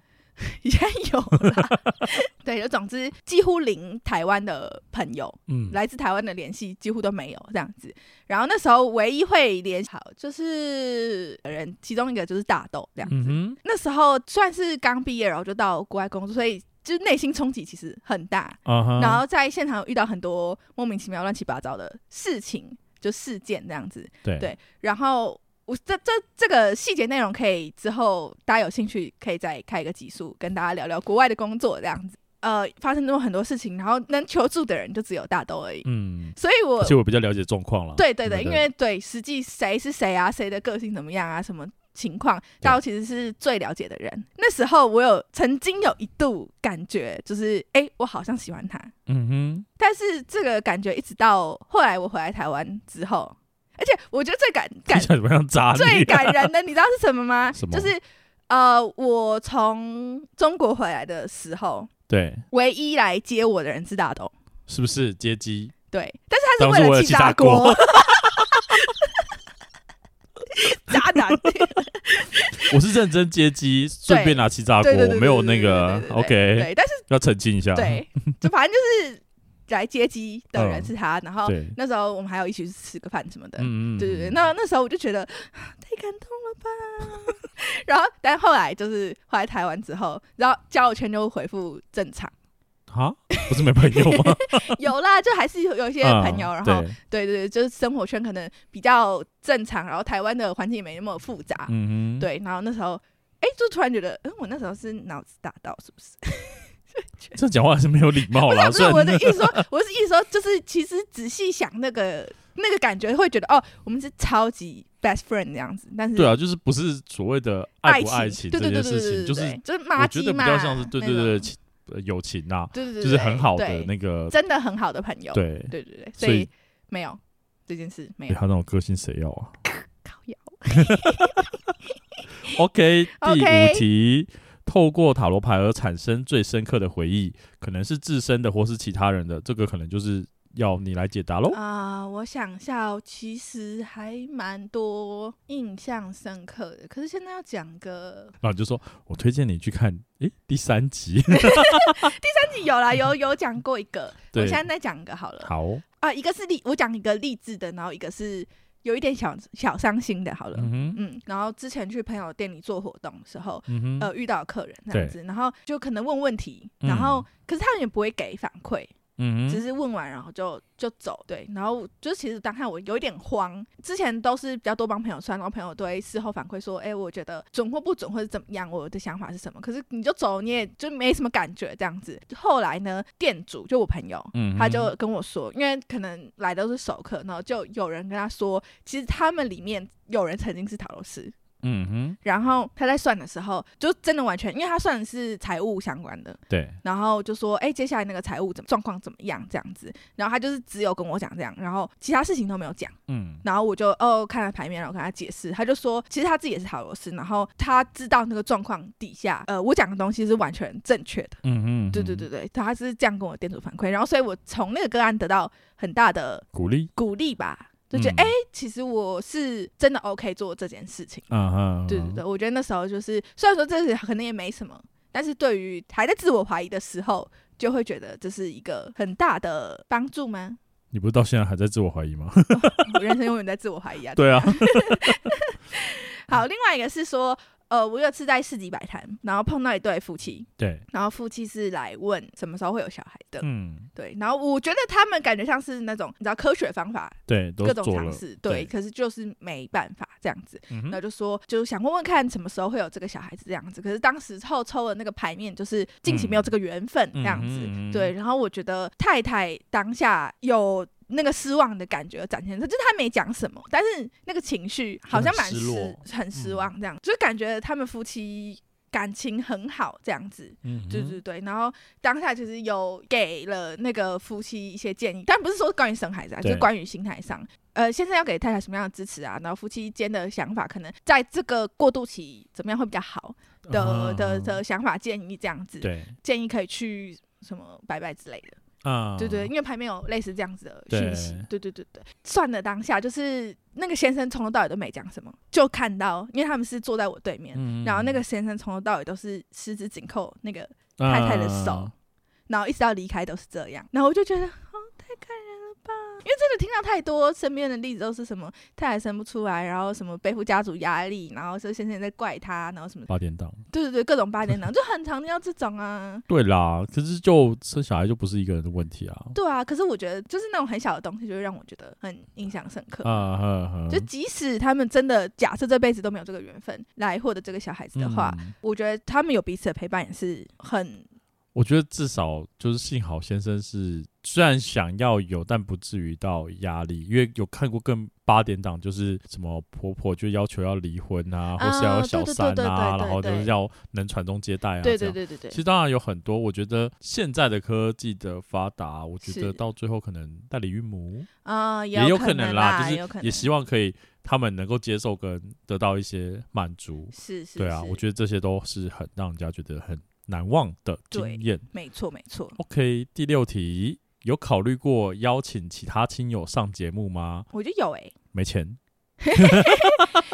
以前有啦， 对，就总之几乎零台湾的朋友，嗯，来自台湾的联系几乎都没有这样子。然后那时候唯一会联系好就是人，其中一个就是大豆这样子。嗯那时候算是刚毕业，然后就到国外工作，所以就是内心冲击其实很大。哼，啊哈，然后在现场有遇到很多莫名其妙、乱七八糟的事情，就事件这样子。对对然后我这这这个细节内容可以之后大家有兴趣可以再开一个集数跟大家聊聊国外的工作这样子。呃，发生过很多事情，然后能求助的人就只有大豆而已。嗯，所以我而且我比较了解状况了。对对对，你因们的为对实际谁是谁啊，谁的个性怎么样啊，什么情况，大家其实是最了解的人。那时候我有曾经有一度感觉，就是哎、诶我好像喜欢他，嗯哼，但是这个感觉一直到后来我回来台湾之后，而且我觉得最感听感起来怎么样渣最女啊？感人的，你知道是什么吗？什么就是呃，我从中国回来的时候， 对，唯一来接我的人是大董，是不是接机？对，但是他当时是为我了有气气炸锅，锅，渣男，我是认真接机，顺便拿气炸锅对对对，对我没有那对个对对对 OK，对，但是要澄清一下。 对，就反正就是来接机的人嗯是他，然后对，那时候我们还有一起去吃个饭什么的，嗯嗯，对对对，嗯那那时候我就觉得 太感动了吧。 然后，但后来就是回来台湾之后，然后交友圈就恢复 正常，啊，不是没朋友 吗？有啦，就还是有有一些嗯朋友，然后对对对对，就是生活圈可能比较正常，然后台湾的环境也没那么复杂，嗯哼，对。然后那时候，哎，就突然觉得，嗯，我那时候是脑子大到是不是？这讲话还是没有礼貌不啦。是不虽是，然 我的意 思说，我是意思说，就是其实仔细想那个那个感觉，会觉得哦，我们是超级 best friend 这样子，但是对啊，就是不是所谓的爱不爱情对这对对件对对事情，对，就是对就是我妈觉鸡得比嘛，较像是对对那对种情呃友情呐，对对对，就是很好对的那个真的很好的朋友，对。对对对，所所以以没有这件事没诶有他那种个性谁要啊靠谣， ？OK，第 OK 五题，透过塔罗牌而产生最深刻的回忆，可能是自身的或是其他人的，这个可能就是要你来解答喽。啊、我想笑，其实还蛮多印象深刻的，可是现在要讲 个，然后你就说我推荐你去看，诶，第三 集，但是有啦，有有讲过一个，我对现在再讲一个好了，好，啊，一个是励，我讲一个励志的，然后一个是有一点小小伤心的，好了，嗯哼，嗯，然后之前去朋友店里做活动的时候，嗯哼，呃遇到客人这样对子，然后就可能问问题，然后、嗯可是他们也不会给反馈，嗯只哼，是问完然后就就走，对，然后就其实当下我有一点慌，之前都是比较多帮朋友算，然后朋友都会事后反馈说，哎、我觉得准或不准或者怎么样，我的想法是什么，可是你就走，你也就没什么感觉这样子。后来呢，店主就我朋友，嗯哼，他就跟我说，因为可能来都是熟客，然后就有人跟他说，其实他们里面有人曾经是塔罗师，嗯哼，然后他在算的时候，就真的完全，因为他算的是财务相关的，对，然后就说，哎、接下来那个财务怎么状况怎么样这样子，然后他就是只有跟我讲这样，然后其他事情都没有讲，嗯然后我就哦看了牌面，然后跟他解释，他就说，哎其实他自己也是塔罗师，然后他知道那个状况底下，呃，我讲的东西是完全正确的，嗯哼，对对对对，他是这样跟我店主反馈，然后所以我从那个个案得到很大的鼓励，鼓励吧，就觉得哎、嗯诶其实我是真的 OK 做这件事情。嗯哼，对对对，我觉得那时候就是，虽然说这是可能也没什么，但是对于还在自我怀疑的时候，就会觉得这是一个很大的帮助吗？你不是到现在还在自我怀疑 吗？我人生永远在自我怀疑 啊。对啊，好，另外一个是说，呃，我有次在市集摆摊，然后碰到一对夫妻，对，然后夫妻是来问什么时候会有小孩的，嗯，对，然后我觉得他们感觉像是那种你知道科学方法。对，都各种做尝了，试，对对，可是就是没办法这样子，嗯然后哼，就说，就是想问问看什么时候会有这个小孩子这样子。可是当时候抽的那个牌面就是近期没有这个缘分这样子，嗯嗯嗯嗯嗯对。然后我觉得太太当下有那个失望的感觉展现，就是她没讲什么，但是那个情绪好像蛮就很失落嗯很失望这样，就感觉他们夫妻感情很好这样子。嗯哼，对对对，然后当下其实有给了那个夫妻一些建议，但不是说关于生孩子啊，就对是关于心态上，呃，先生要给太太什么样的支持啊？然后夫妻间的想法，可能在这个过渡期怎么样会比较好的、啊的，的想法建议这样子，对建议可以去什么拜拜之类的，啊，对对，因为旁边有类似这样子的对讯息，对对对对，算的当下就是那个先生从头到尾都没讲什么，就看到，因为他们是坐在我对面。嗯，然后那个先生从头到尾都是十指紧扣那个太太太的嗯手，啊然后一直到离开都是这样，然后我就觉得哦，太感人了吧！因为真的听到太多身边的例子都是什么太太生不出来，然后什么背负家族压力，然后这先生在怪他，然后什么，八点档。对对对，各种八点档就很常听到这种啊。对啦，可是就生小孩就不是一个人的问题啊，对啊，可是我觉得就是那种很小的东西，就会让我觉得很印象深刻。啊呵呵，就即使他们真的假设这辈子都没有这个缘分来获得这个小孩子的话，嗯我觉得他们有彼此的陪伴也是很我觉得至少就是幸好先生是虽然想要有，但不至于到压力，因为有看过更八点档，就是什么婆婆就要求要离婚啊，或是要有小三对对对对啊，对对然后就是要能传宗接代啊，对这对样。对对对其，实当然有很多，我觉得现在的科技的发达，我觉得是到最后可能代理孕母啊、也有可能啦，就有可是能也希望可以他们能够接受跟得到一些满足。是是，对啊，是我觉得这些都是很让人家觉得很难忘的对经验。没错没错。 OK，第六题，有考虑过邀请其他亲友上节目吗？我觉得有 诶、没钱，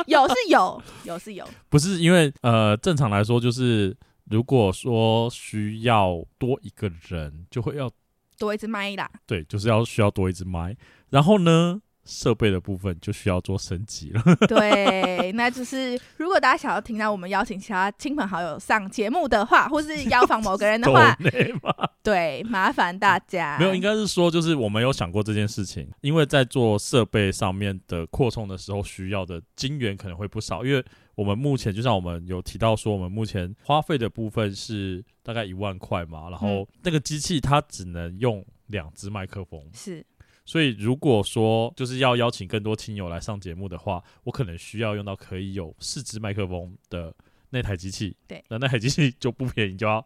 有是有，有是有，不是因为呃，正常来说就是如果说需要多一个人，就会要多一只麦啦。对，就是要需要多一支麦，然后呢，设备的部分就需要做升级了。 对，那就是如果大家想要听到我们邀请其他亲朋好友上节目的话，或是邀访某个人的 话，懂内吗？对，麻烦大家。没有，应该是说就是我们有想过这件事情，因为在做设备上面的扩充的时候，需要的金源可能会不少，因为我们目前就像我们有提到说，我们目前花费的部分是大概一万块嘛，然后嗯那个机器它只能用两只麦克风，是所以如果说就是要邀请更多亲友来上节目的话，我可能需要用到可以有四支麦克风的那台机器。对，那那台机器就不便宜，就要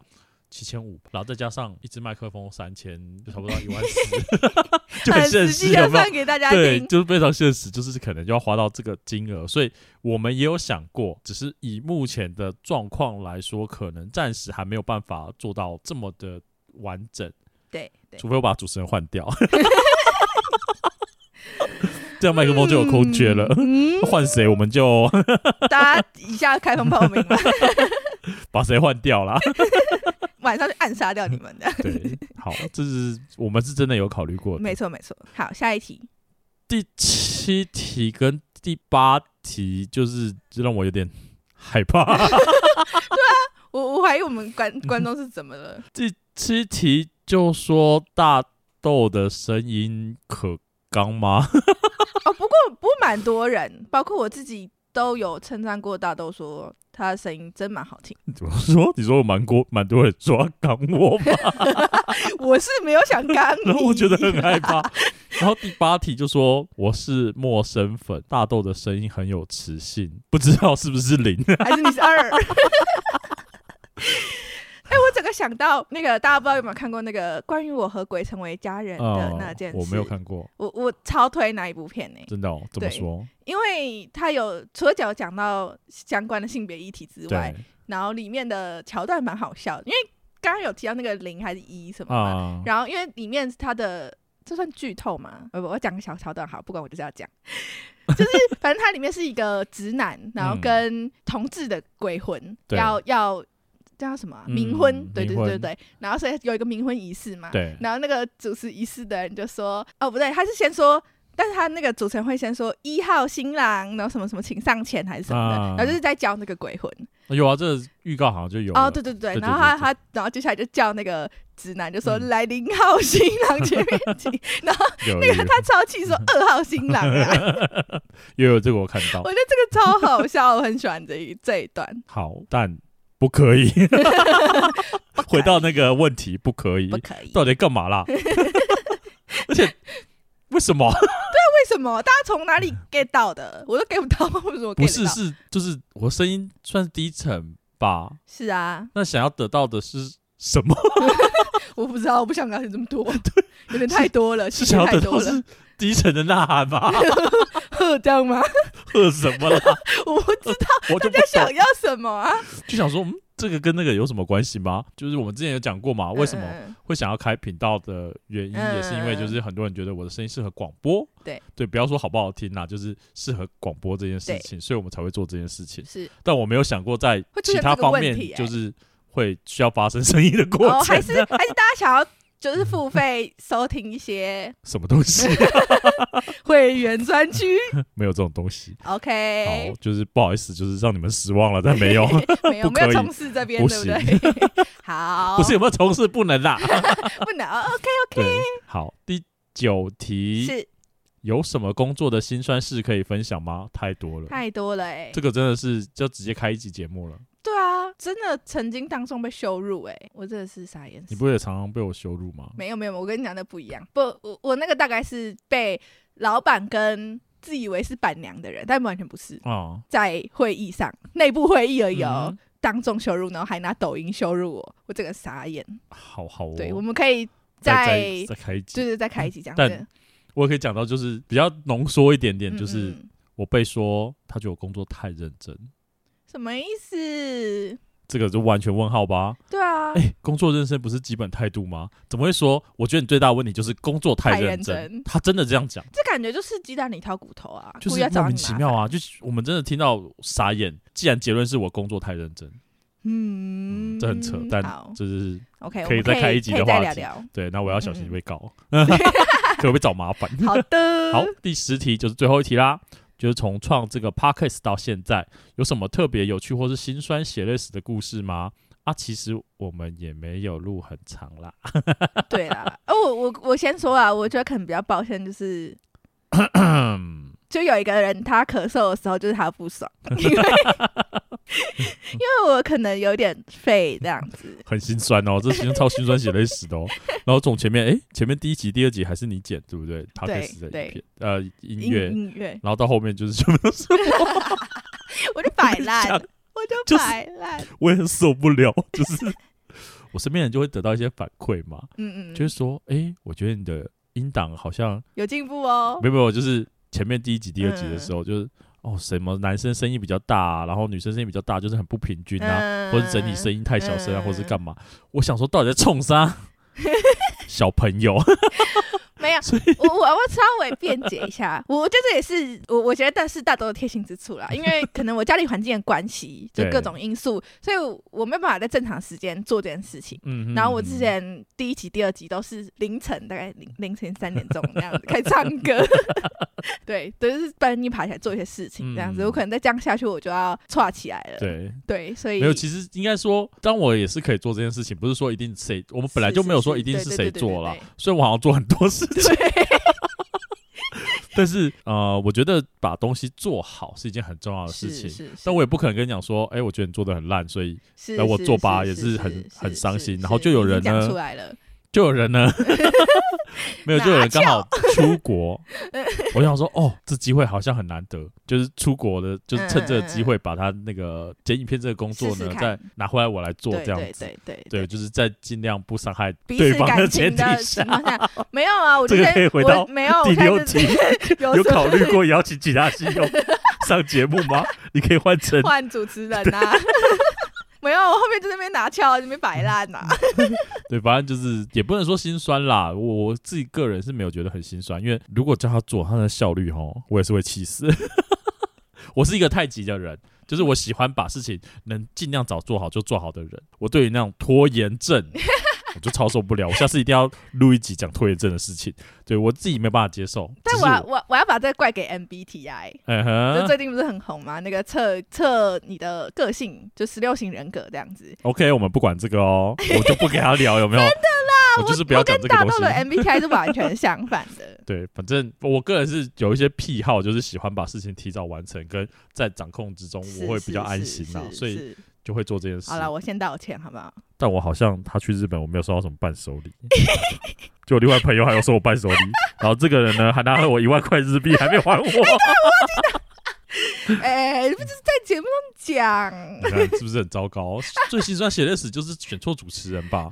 七千五，然后再加上一支麦克风三千，就差不多一万四， 就很很现实实，际有的没有算？给大家对，听。就是非常现实，就是可能就要花到这个金额，所以我们也有想过，只是以目前的状况来说，可能暂时还没有办法做到这么的完整。对对，除非我把主持人换掉， 这样麦克风就有空缺了。嗯，换谁我们就 大家以下开放报名吧， 把谁换掉啦。晚上就暗杀掉你们 的。对，好，这是我们是真的有考虑过的。没错没错。好，下一题。第七题跟第八题就是让我有点害怕。 我我怀疑我们观观众是怎么了？第七题就说大豆的声音可刚吗？ 哦，不过不过蛮多人，包括我自己都有称赞过大豆，说他的声音真蛮好听。 怎么说？你说我蛮多蛮多人说要刚我吗？我是没有想干你， 然后我觉得很害怕，然后第八题就说我是陌生粉，大豆的声音很有磁性，不知道是不是零。还是你是二？ 哎、我整个想到那个，大家不知道有没有看过那个关于我和鬼成为家人的哦那件事？我没有，看过，我我超推那一部片呢、真的哦，怎么对说？因为它有除了讲讲到相关的性别议题之外对，然后里面的桥段蛮好笑的，因为刚刚有提到那个零还是一什么嘛，啊，然后因为里面它的这算剧透吗？呃不，我讲个小桥段好，不管我就是要 讲，就是反正它里面是一个直男，然后跟同志的鬼魂嗯对要要叫什么啊嗯冥婚，对冥对对婚对对，然后所以有一个冥婚仪式嘛，对然后那个主持仪式的人就说，哦不对，他是先说。但是他那个主持人会先说一号新郎，然后什么什么请上前还是什么的，啊然后就是在教那个鬼魂，有啊，这个预告好像就有哦，了对对对，对然后对他对他，然后接下来就叫那个直男，就说嗯来零号新郎前面 请，然后有那个有他超气说二号新 郎啊，有有这个我看到我，觉得这个超好笑，我很喜欢这一这一段。好，但不可 以。不可以回到那个问题， 不可以不，可以？到底干嘛啦？ 而且为什么？为什么？大家从哪里 get 到的？我都 get 不到，为什么 get 嗯不是得到是就是我声音算是低沉吧？是啊，那想要得到的是什 么？我不知道，我不想了解这么 多，有点太多了，是细节想要太得多到了，是低沉的呐喊 吗？呵 这样吗？喝什 么啦？我不知道我就不大家想懂，要什么啊？就想说，嗯，这个跟那个有什么关系吗？就是我们之前有讲过嘛，为什么嗯？嗯嗯会想要开频道的原因，嗯也是因为就是很多人觉得我的声音适合广播，对对，不要说好不好听啦，就是适合广播这件事情，所以我们才会做这件事情。是但我没有想过在会出其现他这个方问面题欸就是会需要发生声音的过哦，程还是 啊、还是大家想要就是付费收听一些什么东西 会员专区没有这种东西。 ，OK，好，就是不好意思，就是让你们失望了，但没 有， 没有不没可以有从事这边，不对不对？ 好，不是有没有同事不能 啦。不能哦，OK，对，好，第九题，是有什么工作的辛酸事可以分享吗？太多了，太多了哎这，个真的是就直接开一集节目了。对啊，真的曾经当众被羞辱哎，我真的是傻眼你。不也常常被我羞辱吗？没有没有，我跟你讲的不一样，不，我我那个大概是被老板跟自以为是板娘的人，但完全不是，啊，在会议上内部会议而已哦。嗯当众羞辱，然后还拿抖音羞辱我，我整个傻眼。好好哦。对，我们可以再在再再开一集，就是再开一集这样但子。我也可以讲到，就是比较浓缩一点点，嗯就是嗯嗯我被说他觉得我工作太认真，什么意思？这个就完全问号吧。对 啊，哎、工作认真不是基本态度吗？怎么会说？我觉得你最大的问题就是工作太太认认真。真他真的这样讲，这感觉就是鸡蛋里挑骨头啊，就故是意要莫找名你其麻妙烦。啊！就是我们真的听到傻眼。既然结论是我工作太认真，嗯嗯，这很扯，但好这就是，OK，可以我再们可以开一集可以的再话聊题聊。对。那我要小嗯心嗯被告， 可能会找麻烦。好的， 好，第十题就是最后一题啦，就是从创这个 podcast 到现在，有什么特别有趣或是辛酸血泪史的故事吗？啊，其实我们也没有录很长啦，对啦，哦，我我我先说啊，我觉得可能比较抱 歉，就是就有一个人他咳嗽的时候，就是他不 爽，因为 因为我可能有点废这样子，很心酸哦，这心超心酸血泪史的哦。然后从前面，诶，前面第一集、第二集还是你剪对不对？podcast 的对影片，呃，音音乐，音乐，然后到后面就是全部都是我就摆烂 我跟你，我就就是摆烂，我也很受不了，就是 我身边人就会得到一些反馈嘛，嗯嗯，就是说，诶，我觉得你的音档好像有进步哦，没有没有，就是前面第一集、第二集嗯的时候，就是哦，什么男生声音比较大、啊，然后女生声音比较大，就是很不平均啊，嗯或者整体声音太小声啊，嗯或者是干嘛？我想说，到底在冲啥？ 小朋 友，没有， 所以我我我稍微辩解一下，我觉得这也是我我觉得但是大多的贴心之处啦，因 为可能我家里环境的关系，就对各种因素，所以我没有办法在正常时间做这件事情。嗯，然后我之前第一集、第二集都是凌晨，大概凌凌晨三点钟那样子开始唱 歌，对，就是半夜爬起来做一些事情这样子。嗯我可能再这样下去，我就要岔起来了。对对，所以没有，其实应该说，当我也是可以做这件事情，不是说一定谁，我们本来是就没有是说是一定对是对谁对对做对啦对，所以我好像做很多事情，对 但是呃，我觉得把东西做好是一件很重要的事是是情。是，但我也不可能跟你讲说，哎、我觉得你做的很烂，所以是那我是作罢是也是是很很伤心是然后就有已经人呢讲出来了，就有人呢， 没有，就有人刚好拿出 国。我想说，哦，这机会好像很难得，就是出国的，就是趁这个机会把他那个剪影片这个工作呢，嗯试试看再拿回来我来做对这样对子。对对对，就是在尽量不伤害彼对此方感前提情的下情。况下，没有啊，我这觉个得可以回到我没有第我六看题是 有有什么考虑过邀请其他室 友上节目吗？你可以换成换主持人呐、啊。没有，我后面就在那边拿翘，在那边嗯摆烂啊呐。对，反正就是也不能说心酸啦，我我自己个人是没有觉得很心酸，因为如果叫他做，他的效率哦，我也是会气死。 我是一个太急的人，就是我喜欢把事情能尽量早做好就做好的人。我对于那种拖延 症，我就超受不了。我下次一定要录一集讲拖延症的事情，对我自己没办法接受。但只是我啊要我我要把这个怪给 MBTI，嗯就哼最近不是很红嘛？那个测测你的个性，就十六型人格这样子。 ，OK，我们不管这个 哦，我就不给他聊，有没有？真的啦，我就是不要啊我讲跟这个大东豆西。的。MBTI 是完全相反的对，反正我个人是有一些癖好，就是喜欢把事情提早完成，跟在掌控之中， 我会比较安心呐、所以以就会做这件事好。了，我先道歉好不好？但我好像他去日本，我没有收到什么伴手礼， 就我另外朋友还有收我伴手礼，然后这个人呢还拿了我一万块日币，还没还我，哎、不就是在节目上讲？你看是不是很糟糕？ 最心酸血泪史就是选错主持人吧，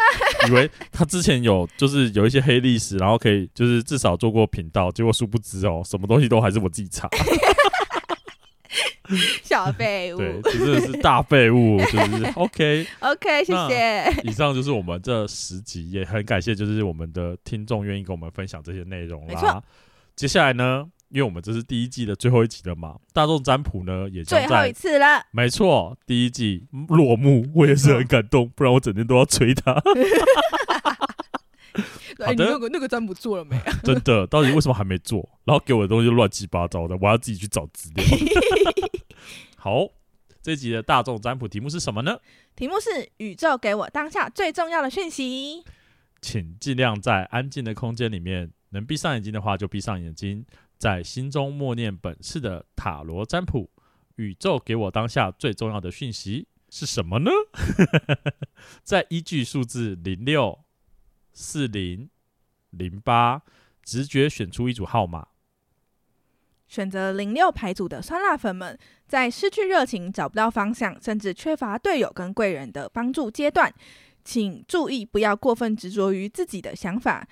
以为他之前有就是有一些黑历史，然后可以就是至少做过频道，结果殊不知哦，什么东西都还是我自己查。 小废物。对，这真的是大废物，就是 OK。 OK，谢那谢。以上就是我们这十集，也很感谢就是我们的听众愿意跟我们分享这些内容没啦错。接下来呢，因为我们这是第一季的最后一集了嘛，大众占卜呢也将最后一在次了，没错第一季落幕，我也是很感动，不然我整天都要催他。哎、好你的那个那个占卜做了 没？真的，到底为什么还没做？然后给我的东西就乱七八糟的，我要自己去找资料。好，这集的大众占卜题目是什么呢？题目是宇宙给我当下最重要的讯息。请尽量在安静的空间里面，能闭上眼睛的话就闭上眼睛，在心中默念本次的塔罗占卜。宇宙给我当下最重要的讯息是什么呢？ 再依据数字零六、四零、零八，直觉选出一组号码。选择零六牌组的酸辣粉们，在失去热情、找不到方向，甚至缺乏队友跟贵人的帮助阶段，请注意不要过分执着于自己的想法，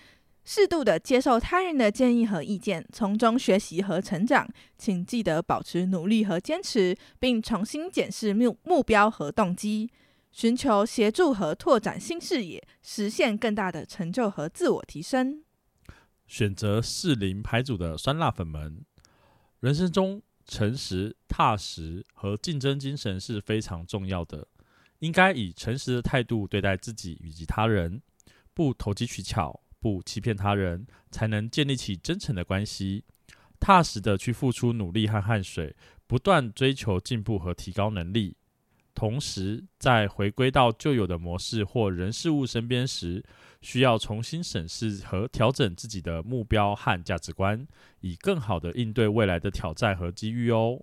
适度的接受他人的建议和意见，从中学习和成长。请记得保持努力和坚持，并重新检视目目标和动机，寻求协助和拓展新视野，实现更大的成就和自我提升。选择适龄牌组的酸辣粉们，人生中诚实、踏实和竞争精神是非常重要的，应该以诚实的态度对待自己以及他人，不投机取巧，不欺骗他人，才能建立起真诚的关系。踏实的去付出努力和汗水，不断追求进步和提高能力。同时，在回归到旧有的模式或人事物身边时，需要重新审视和调整自己的目标和价值观，以更好的应对未来的挑战和机遇哦。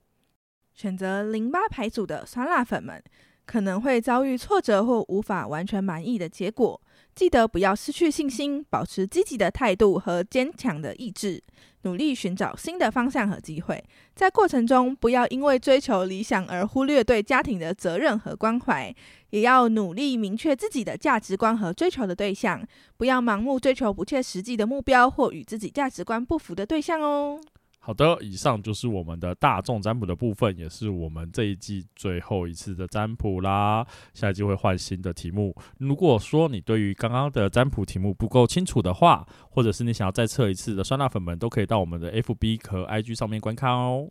选择零八牌组的酸辣粉们，可能会遭遇挫折或无法完全满意的结果。记得不要失去信心，保持积极的态度和坚强的意志，努力寻找新的方向和机会。在过程中，不要因为追求理想而忽略对家庭的责任和关怀，也要努力明确自己的价值观和追求的对象，不要盲目追求不切实际的目标或与自己价值观不符的对象哦。好的，以上就是我们的大众占卜的部分，也是我们这一季最后一次的占卜啦。下一季会换新的题目。如果说你对于刚刚的占卜题目不够清楚的话，或者是你想要再测一次的酸辣粉们，都可以到我们的 FB 和 IG 上面观看哦。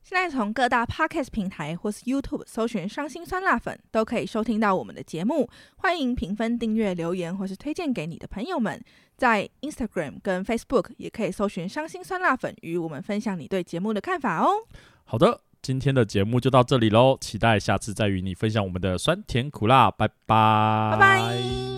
现在从各大 podcast 平台或是 YouTube 搜寻“伤心酸辣粉”，都可以收听到我们的节目。欢迎评分、订阅、留言，或是推荐给你的朋友们。在 Instagram 跟 Facebook 也可以搜寻“伤心酸辣粉”，与我们分享你对节目的看法哦。好的，今天的节目就到这里喽，期待下次再与你分享我们的酸甜苦辣，拜拜，拜拜。